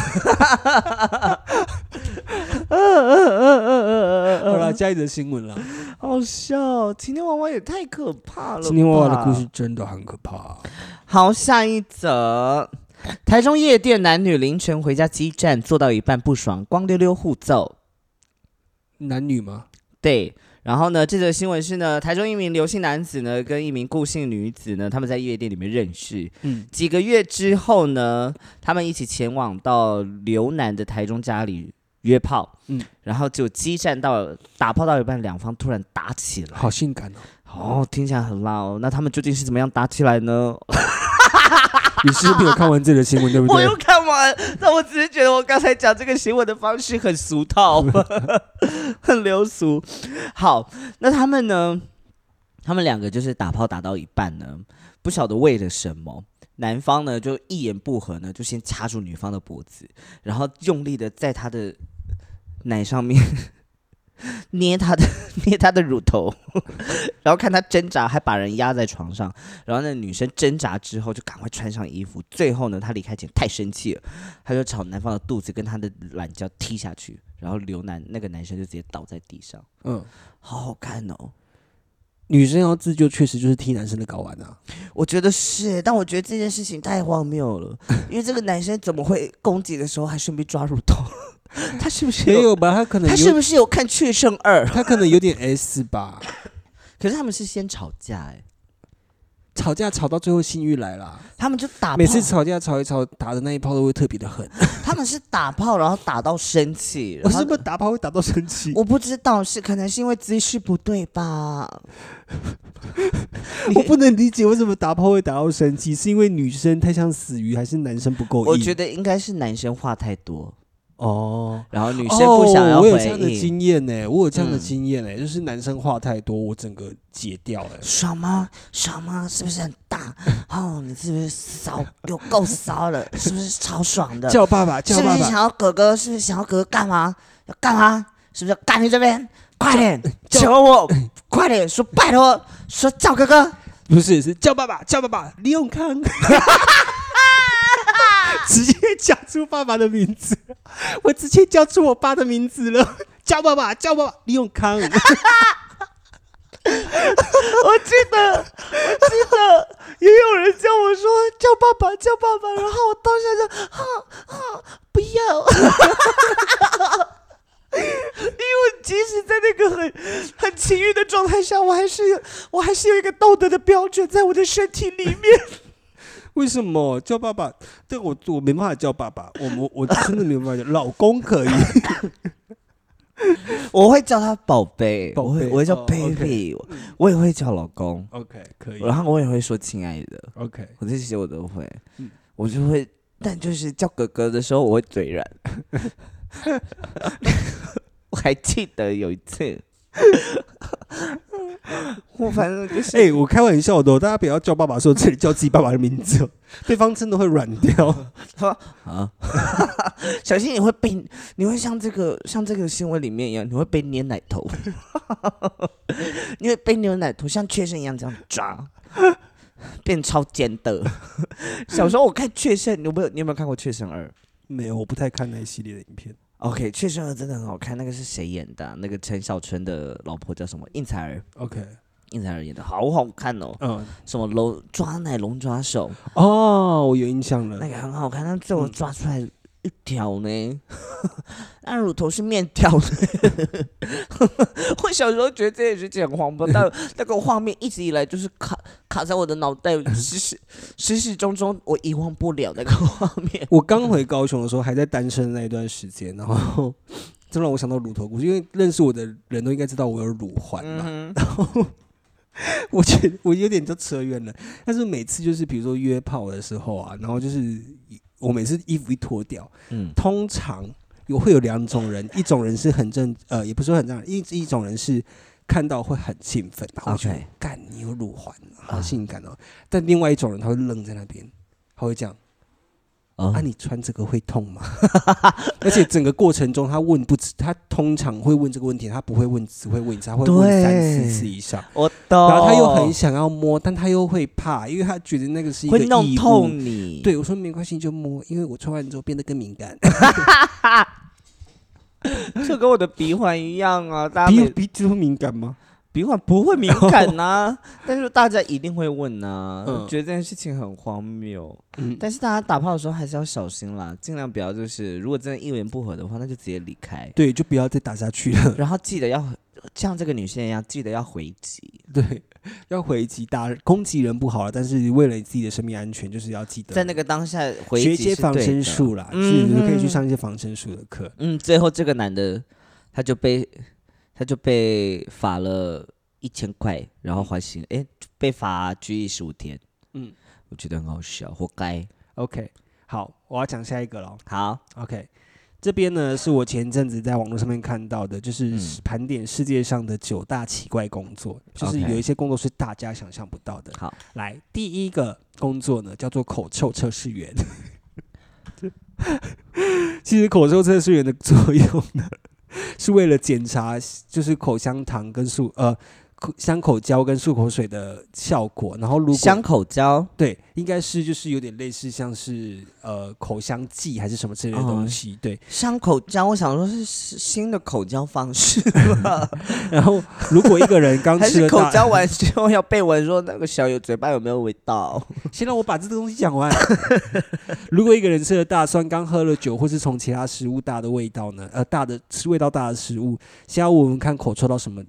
好了，下一则新闻了。
好笑哦，晴天娃娃也太可怕了。
今天娃娃的故事。真的很可怕。
好，下一则。台中夜店男女凌晨回家激战，做到一半不爽，光溜溜互揍。
男女吗？
对，然后呢，这则新闻是呢，台中一名刘姓男子呢跟一名顾姓女子呢，他们在夜店里面认识，
嗯，
几个月之后呢，他们一起前往到刘南的台中家里约炮，嗯
嗯，
然后就激战到打炮到一半，两方突然打起来。
好性感哦！
哦，听起来很辣哦。那他们究竟是怎么样打起来呢？
你是不是没有看完这则新闻， 对不
我
对
又？看完，但我只是觉得我刚才讲这个新闻的方式很俗套， 很流俗。好，那他们呢？他们两个就是打炮打到一半呢，不晓得为了什么，男方呢就一言不合呢，就先掐住女方的脖子，然后用力的在她的奶上面 捏他的捏他的乳头， 然后看他挣扎，还把人压在床上。然后那女生挣扎之后就赶快穿上衣服。最后呢，她离开前太生气了，她就朝男方的肚子跟他的懒觉踢下去，然后刘男那个男生就直接倒在地上，
嗯，
好好看哦。
女生要自救，确实就是踢男生的睾丸 啊。
我觉得是，但我觉得这件事情太荒谬了，因为这个男生怎么会攻击的时候还顺便抓乳头？ 他是不是
也
有？
有吧，他可能
他是
有，
不是有看《雀圣二》？
他可能有点 S 吧。
可是他们是先吵架哎、
吵架吵到最后性欲来啦，
他们就打炮，
每次吵架吵一吵，打的那一炮都会特别的狠。
他们是打炮，然后打到生气，
我
然后
是不是打炮会打到生气？
我不知道是可能是因为姿势不对吧？
我不能理解为什么打炮会打到生气，是因为女生太像死鱼，还是男生不够硬？
我觉得应该是男生话太多，
哦，
然后女生不想要
哦、我
回
有这样的
应，
经验呢、我有这样的
嗯
经验呢、就是男生话太多，我整个解掉了、
爽吗？爽吗？是不是很大？哦，你是不是骚？有够骚了？是不是超爽的？
叫爸爸，叫
是不
爸
是想
爸，
要哥哥？是不是想要哥哥干嘛？要干嘛？是不是要干你这边？快点
叫
求我，快点说拜托，说叫哥哥。
不是是叫爸爸，叫爸爸，李永 康，直接叫出爸爸的名字，我直接叫出我爸的名字了，叫爸爸，叫爸爸，李永康，
我记得，我记得也有人叫我说叫爸爸，叫爸爸，然后我当下就哈哈不要， 因为即使在那个很很情欲的状态下，我还是有我还是有一个道德的标准在我的身体里面。
为什么叫爸爸？对我我没办法叫爸爸，我我我真的没有办法叫，老公可 以。
我会叫他宝贝，
宝
我会
贝
我会叫
哦
baby，、我我也会叫老公，
OK，可以。
然后我也会说亲爱的，
OK，
我这些我都会，我就会，但就是叫哥哥的时候我会嘴软。 我还记得有一次， 我反正就是
哎、我开玩笑的、哦，大家不要叫爸爸的时候，这里叫自己爸爸的名 字、哦，对方真的会软掉。
啊， 小心你会被，你会像这个像这个新闻里面一样，你会被捏奶头， 你会被捏奶头，像雀圣一样这样抓，变超尖的。 小时候我看雀圣，你有没有你有没有看过雀圣二
没有，我不太看那一系列的影片。
？OK，雀圣二真的很好看，那个是谁演的啊、那个陈小春的老婆叫什么？应采儿，
OK，
应采儿演的，好好看哦。
嗯，
什么龙抓奶龙抓手，
哦，我有印象了
那。个很好看，但最后抓出来一条呢，那乳头是面条的。 我小时候觉得这件事情很荒谬， 但那个画面一直以来就是卡卡在我的脑袋，时时时时钟钟我遗忘不了那个画面。
我刚回高雄的时候，还在单身的那一段时间，然后这让我想到乳头故事，因为认识我的人都应该知道我有乳环嘛。
嗯哼，
然后我觉得我 有点就扯远了，但是每次就是比如说约炮的时候啊，然后就是我每次衣服一脱掉，
嗯
通常有会有两种人，一种人是很正，呃，也不是说很正，一一种人是看到会很兴奋，然后就
OK 啊
干你有乳环，好性感哦。但另外一种人他会愣在那边，他会讲
哦
啊，你穿这个会痛吗？ 而且整个过程中他问不止，他通常会问这个问题，他不会问只会问一次，他会问
对哦
三四次以上。
我懂。
然后他又很想要摸，但他又会怕，因为他觉得那个是一个
会弄
异物
痛你，，
对，我说没关系，你就摸，因为我穿完之后变得更敏感。
就跟我的鼻环一样啊，大家
鼻
每
鼻子会敏感吗？
鼻管不会敏 感呐、但是大家一定会问呐、
嗯
觉得这件事情很荒谬。
嗯
但是大家打炮的时候还是要小心啦，尽量不要就是，如果真的一言不合的话，那就直接离开。
对，就不要再打下去 了。
然后记得要像这个女生一样，记得要回击，
对，要回击打攻击人不好了，但是为了你自己的生命安全，就是要记得
在那个当下回
学
击
一些
是
防
对
身
的。
术啦，
嗯
是可以去
哼
上一些防身术的课。
嗯，最后这个男的他就被他就被罚了一千块，然后缓刑，哎，被罚拘役十五天。嗯
嗯，
我觉得很好笑，活该。
OK，好，我要讲下一个了。
好，
OK，这边呢是我前阵子在网络上面看到的，就是
嗯
盘点世界上的九大奇怪工作，就是有
OK
一些工作是大家想象不到的。
好，
来，第一个工作呢叫做口臭测试员。 其实口臭测试员的作用呢， 是为了检查就是口香糖跟漱呃口香口胶跟漱口水的效果，然后如果
香口胶，
对，应该是就是有点类似像是呃口香剂还是什么之类的东
嗯
西，对。
香口胶，我想说是是新的口胶方式 吧，
然后如果一个人刚
还
吃
是
了
口
大
胶完之后要被闻说那个小友嘴巴有没有味道？
先让我把这个东西讲完。 如果一个人吃了大蒜，刚喝了酒，或是从其他食物大的味道呢，呃，大的吃味道大的食物，先要闻闻看口臭到什么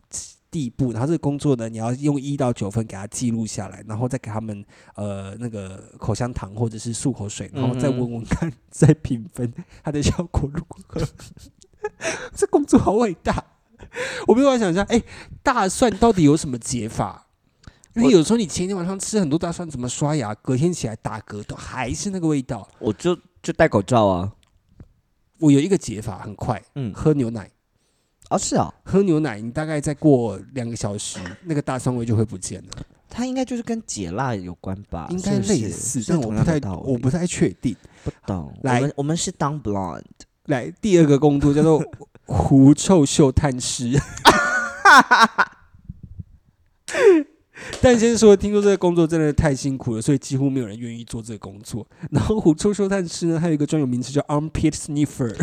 地步。然后这个工作呢，你要用一到九分给它记录下来，然后再给他们呃那个口香糖或者是漱口水，然后再闻闻看，再评分它的效果如何。 这工作好伟大，我没有办法想象，哎、大蒜到底有什么解法？因为有时候你前一天晚上吃很多大蒜，怎么刷牙，隔天起来打嗝都还是那个味道。
我就就戴口罩啊，
我有一个解法，很快，
嗯，
喝牛奶。
哦是哦，
喝牛奶，你大概再过两个小时，那个大蒜味就会不见了，
它应该就是跟解辣有关吧，
应该
是不是
类似，
啊是
但我
同
不
样的
太，
道
我
理
不太确定。
不懂。
来
我们我们是当 blonde，
来，第二个工作叫做狐臭嗅探师。 但先说，听说这个工作真的太辛苦了，所以几乎没有人愿意做这个工作。然后狐臭嗅探师呢，还有一个专有名词叫 armpit sniffer，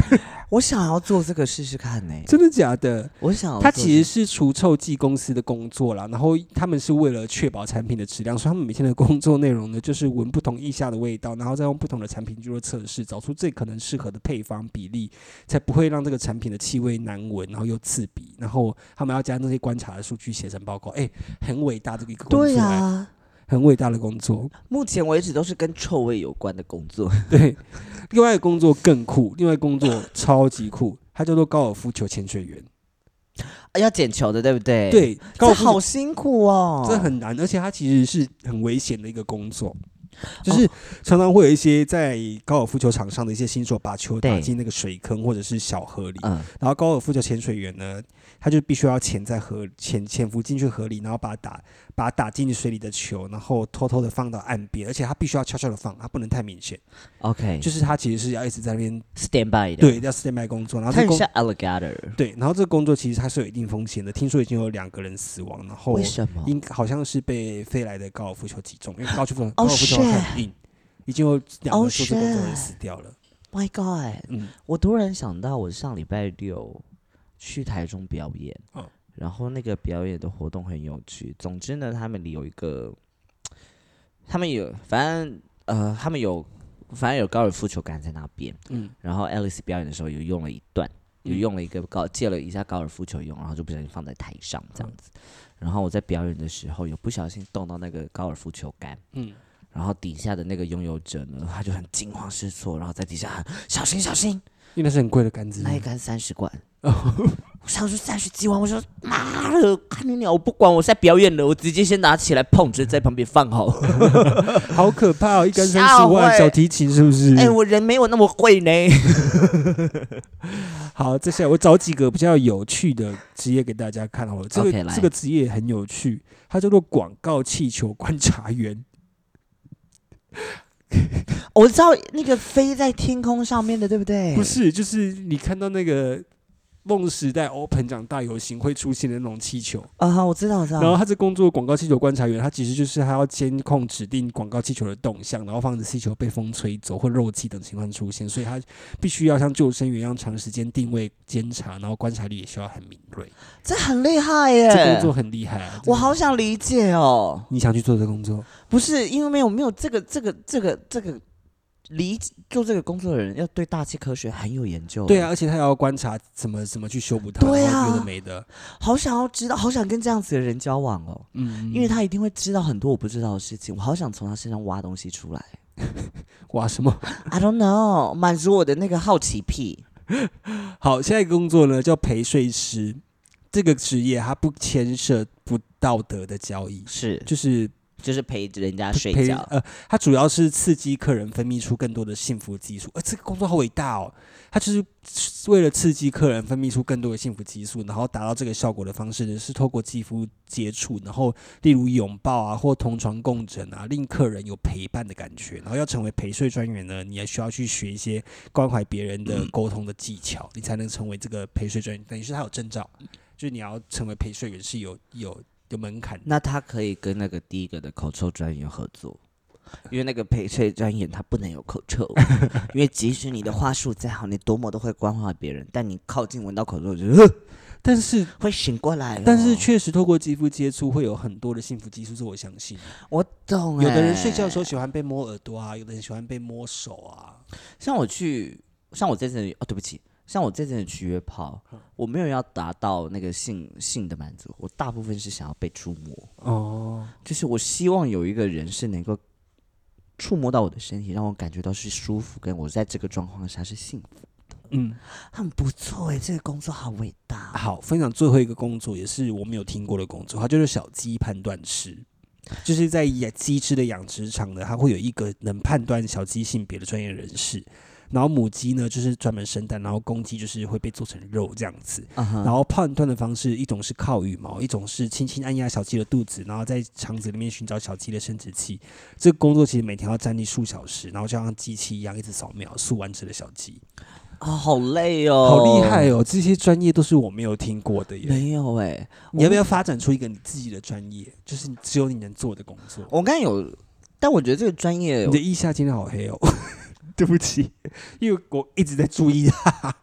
我想要做这个试试看呢、
真的假的？
我想要
它
做
其实
这
是除臭剂公司的工作啦，然后他们是为了确保产品的质量，所以他们每天的工作内容呢，就是闻不同腋下的味道，然后再用不同的产品去做测试，找出最可能适合的配方比例，才不会让这个产品的气味难闻，然后又刺鼻。然后他们要将这些观察的数据写成报告，哎、很伟大的一个工作、
对啊呀、
哎很伟大的工作。
目前为止都是跟臭味有关的工作。
对，另外一个工作更酷，另外一个工作超级酷，它叫做高尔夫球潜水员。
啊要捡球的，对不对？，
对，高
这
尔夫球
好辛苦哦，
这很难，而且它其实是很危险的一个工作，就是常常会有一些在高尔夫球场上的一些新手把球打
对
进那个水坑或者是小河里，
嗯，
然后高尔夫球潜水员呢，他就必须要潜在河潜潜伏进去河里，然后把打把打进水里的球，然后偷偷的放到岸边，而且他必须要悄悄的放，他不能太明显，
OK，
就是他其实是要一直在那边
stand by 的。，
对要 stand by 工作，然后
看
这
一
工
下 alligator，
对，然后这个工作其实它是有一定风险的，听说已经有两个人死亡，然后
为什么？
应好像是被飞来的高尔夫球击中，因为高尔夫球
Oh
高尔夫球很硬，已经有两个
Oh
做这工作的人
shit
死掉了。
My God！、
嗯
我突然想到，我上礼拜六去台中表演，
哦
然后那个表演的活动很有趣。总之呢，他们里有一个，他们有反正呃，他们有反正有高尔夫球杆在那边，
嗯
然后 Alice 表演的时候有用了一段，有
嗯
用了一个高借了一下高尔夫球用，然后就不小心放在台上这样
嗯
子。然后我在表演的时候有不小心动到那个高尔夫球杆，
嗯，
然后底下的那个拥有者呢，他就很惊慌失措，然后在底下喊小心小心，
因为那是很贵的杆子。
那一杆三十 罐。
哦
我上去三十几万，我说妈的，看你鸟！我不管，我在表演了，我直接先拿起来碰，直接在旁边 放好。
好可怕哦！一杆三
吓
十万，
坏
小提琴是不是？
哎、我人没有那么 会呢。
好，接下来我找几个比较有趣的职业给大家看好了。这个
OK，来
这个职业很有趣，它叫做广告气球观察员。
我知道那个飞在天空上面的，对不 对？
不是，就是你看到那个梦时代 Open 奖大游行会出现的那种气球。
啊哈，我知道，我知
然后
道。
他这工作广告气球观察员，他其实就是他要监控指定广告气球的动向，然后防止气球被风吹走或漏气等情况出现，所以他必须要像救生员一样长时间定位监察，然后观察力也需要很敏锐。
这很厉害
这工
耶！
作很厉害啊！真
我
的，
好想理解哦。
你想去做这工作？
不是因为没有没有这个这个这个这个理解做这个工作的人要对大气科学很有研究。
对啊，，而且他要观察怎么怎么去修补它，
哦对啊
然后有的没的，
好想要知道，好想跟这样子的人交往哦，
嗯，
因为他一定会知道很多我不知道的事情，我好想从他身上挖东西出来。
嗯哇什么
I don't know，满足我的那个好奇癖。
好？下一个工作呢叫陪睡师，这个职业它不牵涉不道德的交易，
是
就是
就是陪人家睡
陪
觉。
呃，它主要是刺激客人分泌出更多的幸福激素。呃，这个工作好伟大哦，它就是为了刺激客人分泌出更多的幸福激素，然后达到这个效果的方式呢，是透过肌肤接触，然后例如拥抱啊，或同床共枕啊，令客人有陪伴的感觉。然后要成为陪睡专员呢，你也需要去学一些关怀别人
嗯
的沟通的技巧，你才能成为这个陪睡专员。等于是他有证照，就是你要成为陪睡员是有有有门槛的。
那他可以跟那个第一个的口臭专员合作，因为那个陪睡专员他不能有口 臭，因为即使你的话术再好，你多么都会关怀别人，但你靠近闻到口臭就呃
但是
会醒过来哦。
但是确实透过肌肤接触会有很多的幸福激素，这我相信。
我懂、欸
有的人睡觉的时候，喜欢被摸耳朵啊，有的人喜欢被摸手啊。
像我去，像我这阵哦，对不起，像我这阵去约炮，
嗯
我没有要达到那个性性的满足，我大部分是想要被触摸。
哦，
就是我希望有一个人是能够触摸到我的身体，让我感觉到是舒服，跟我在这个状况下是幸福。
嗯，
很不错哎，这个工作好伟大。
好，分享最后一个工作，也是我没有听过的工作，它就是小鸡判断师，就是在养鸡只的养殖场呢，它会有一个能判断小鸡性别的专业人士。然后母鸡呢，就是专门生蛋，然后公鸡就是会被做成肉这样子。
嗯哼
然后判断的方式，一种是靠羽毛，一种是轻轻按压小鸡的肚子，然后在肠子里面寻找小鸡的生殖器。这个工作其实每天要站立数小时，然后就像机器一样一直扫描数万只的小鸡，
啊、好累哦，
好厉害哦！这些专业都是我没有听过的耶。
没有哎，
你要不要发展出一个你自己的专业，就是你只有你能做的工作？
我刚才有，但我觉得这个专业
你的腋下今天好黑 哦，对不起，因为我一直在注意 它。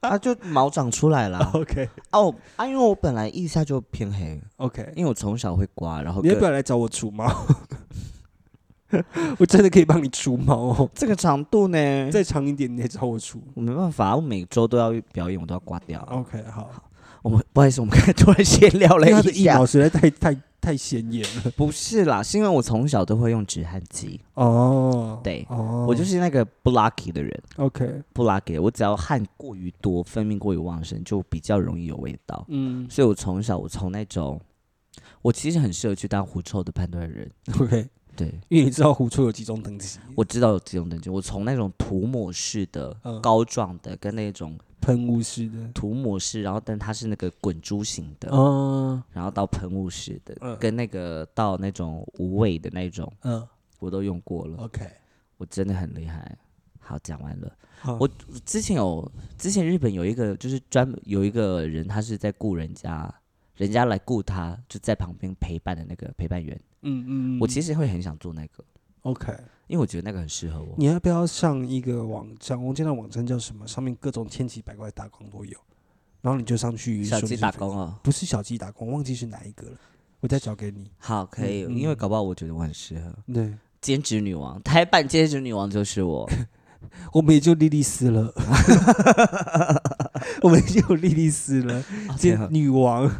啊，就毛长出 来了
OK
哦啊，因为我本来腋下就偏黑，
OK，
因为我从小会刮，然后
你要不
跟
要来找我除毛？ 我真的可以帮你除毛哦。
这个长度呢，
再长一点，你也找我出。
我没办法，我每周都要表演，我都要刮掉。
OK，好。
我们不好意思，我们刚才突然闲聊
因
了
为他
一
的一
下
毛，实在太太太显眼了。
不是啦，是因为我从小都会用止汗剂，
哦，
对
哦，
我就是那个不 lucky 的人，
OK，
不 lucky，我只要汗过于多，分泌过于旺盛，就比较容易有味道。
嗯
所以我从小我从那种，我其实很适合去当狐臭的判断人，
，OK，
对
因为你知道狐臭有几种等级，
我知道有几种等级，我从那种涂抹式的、
嗯
膏状的，跟那种
喷雾式的，
涂抹式，然后但它是那个滚珠型的，
嗯
然后到喷雾式的，
嗯
跟那个到那种无味的那种，
嗯
我都用过了。
，OK，
我真的很厉害。好，讲完了。
好
我之前有，之前日本有一个就是专门有一个人，他是在雇人家，人家来雇他，就在旁边陪伴的那个陪伴员。
嗯嗯，
我其实会很想做那个，
OK，
因为我觉得那个很适合我。
你要不要上一个网站？我见到网站叫什么？上面各种千奇百怪的打工都有，然后你就上去
小
顺
鸡
便
打
分
工哦，
不是小鸡打工，忘记是哪一个了，我再找给你。
好，可以，
嗯
因为搞不好我觉得我很适合
对，
兼职女王，台版兼职女王就 是我。
我们也就莉莉丝了， 我们也就莉莉丝了，
哦
这
天啊
女王。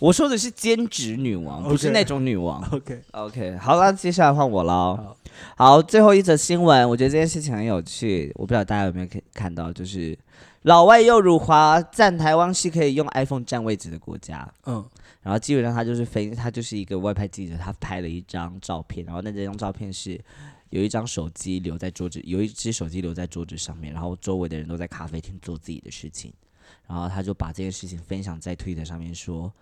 我说的是兼职女王，不是
OK
那种女王。
OK，
OK，好了，接下来换我喽
好。
好，最后一则新闻，我觉得这件事情很有趣，我不知道大家有没有看看到，就是老外又辱华，赞台湾是可以用 iPhone 占位置的国家。
嗯
然后基本上他就是分，他就是一个外派记者，他拍了一张照片，然后那张照片是有一张手机留在桌子，有一只手机留在桌子上面，然后周围的人都在咖啡厅做自己的事情，然后他就把这件事情分享在推特上面说。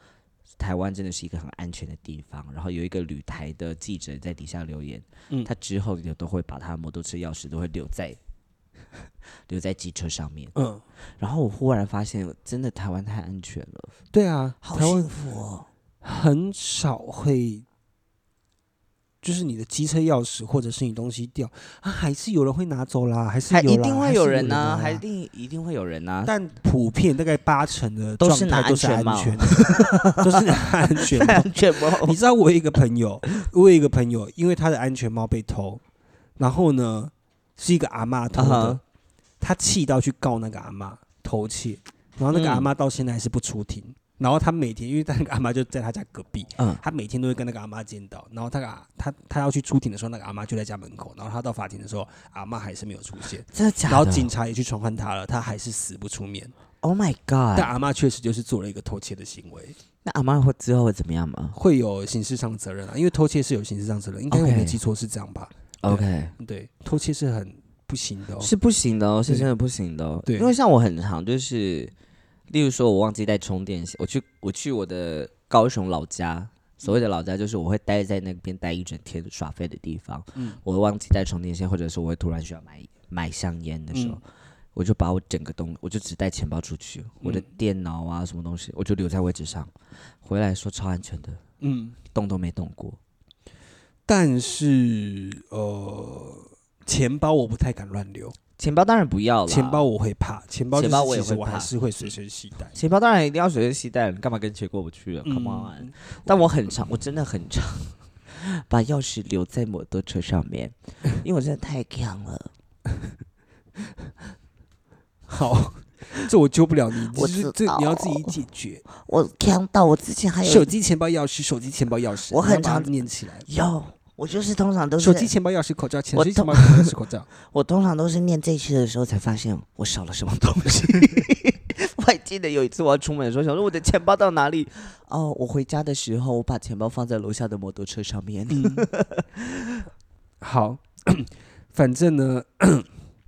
台湾真的是一个很安全的地方，然后有一个旅台的记者在底下留言，
嗯
他之后也都会把他的摩托车钥匙都会留在 留在机车上面，
嗯，
然后我忽然发现，真的台湾太安全了，
对啊，
好
台湾
幸福哦。
很少会，就是你的机车钥匙或者是你东西掉啊，还是有人会拿走啦，还是
还
有
一
啦
定
还
会
是
有
有
人啊呐、
啦
还一定一定会有人啊呐、
但普遍大概八成的
都
状
是拿
态都是
安
安
全帽
全的， 都是拿安全 帽。
全部
你知道我有一个朋 友，我有一个朋友，因为他的安全帽被偷，然后呢是一个阿嬷偷的
啊哈
他气到去告那个阿嬷偷窃，然后那个
嗯
阿嬷到现在还是不出庭，然后他每天，因为那个阿妈就在他家隔壁，
嗯
他每天都会跟那个阿妈见到。然后他个他他要去出庭的时候，那个阿妈就在家门口。然后他到法庭的时候，阿妈还是没有出现。
真的假
然
的？
后警察也去传唤他了，他还是死不出面。
，Oh my
但
God！
阿妈确实就是做了一个偷窃的行为，
那阿妈会之后会怎么样吗
会有刑事上责任啊，因为偷窃是有刑事上责任，应该我
OK
没记错是这样吧？
？OK，
对，偷窃是很不行的、哦。
是不行的哦，是
对
真的不行的哦。
对
因为像我很常就是，例如说我忘记带充电线，我去我去我的高雄老家。所谓的老家就是我会待在那边待一整天耍废的地方，
嗯
我会忘记带充电线，或者是我会突然需要买买香烟的
嗯
时候，我就把我整个东，我就只带钱包出去，我
嗯
的电脑啊什么东西，我就留在位置上，回来说超安全的，
嗯，
动都没动过。
但是呃，钱包我不太敢乱留，
钱包当然不要了，
钱包我会怕，钱包
钱
就
包
是
我也
其实
会
我
怕
还是会随身携带。
钱包当然一定要随身携带，你干嘛跟钱过不去啊、c
嗯
o m e on！但我很常，我真的很常把钥匙留在摩托车上面，因为我真的太 强了。
好，这我救不了你，
我
这是
知
这
道
你要自己解决。
我强到我之前还
手机、钱包、钥匙，手机、钱包、钥匙，
我
你要
很
把它
常
念起来。
有，我就是通常都
手机、钱包、钥匙、口罩，钱
我
手机、
懂
钱包、钥匙、口罩。
我通常都是念这些的时候才发现我少了什么东 西。我还记得有一次我要出门的时候，想说我的钱包到哪里？哦，我回家的时候我把钱包放在楼下的摩托车上面。
嗯好， 反正呢，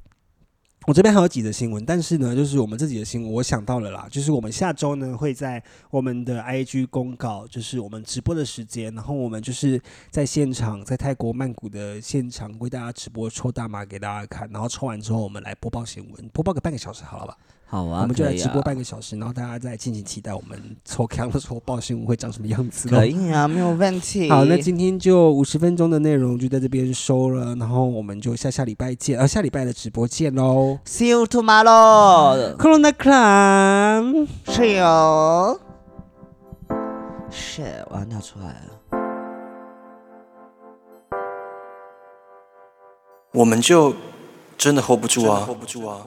我这边还有几则新闻，但是呢，就是我们自己的新闻，我想到了啦，就是我们下周呢会在我们的 IG 公告，就是我们直播的时间，然后我们就是在现场，在泰国曼谷的现场为大家直播抽大麻给大家看，然后抽完之后我们来播报新闻，播报个半个小时好了吧？
好啊，
我们就来
可以
直播
啊
半个小时，然后大家再敬请期待我们抽 K 的时候报新闻会长什么样子咯。
可以啊，没有问题。
好，那今天就五十分钟的内容就在这边收了，然后我们就下下礼拜见，呃，下礼拜的直播见喽。
See you tomorrow.
Corona Clan，
See you. Shit，我要哎尿出来了。
我们就真的 hold 不住啊！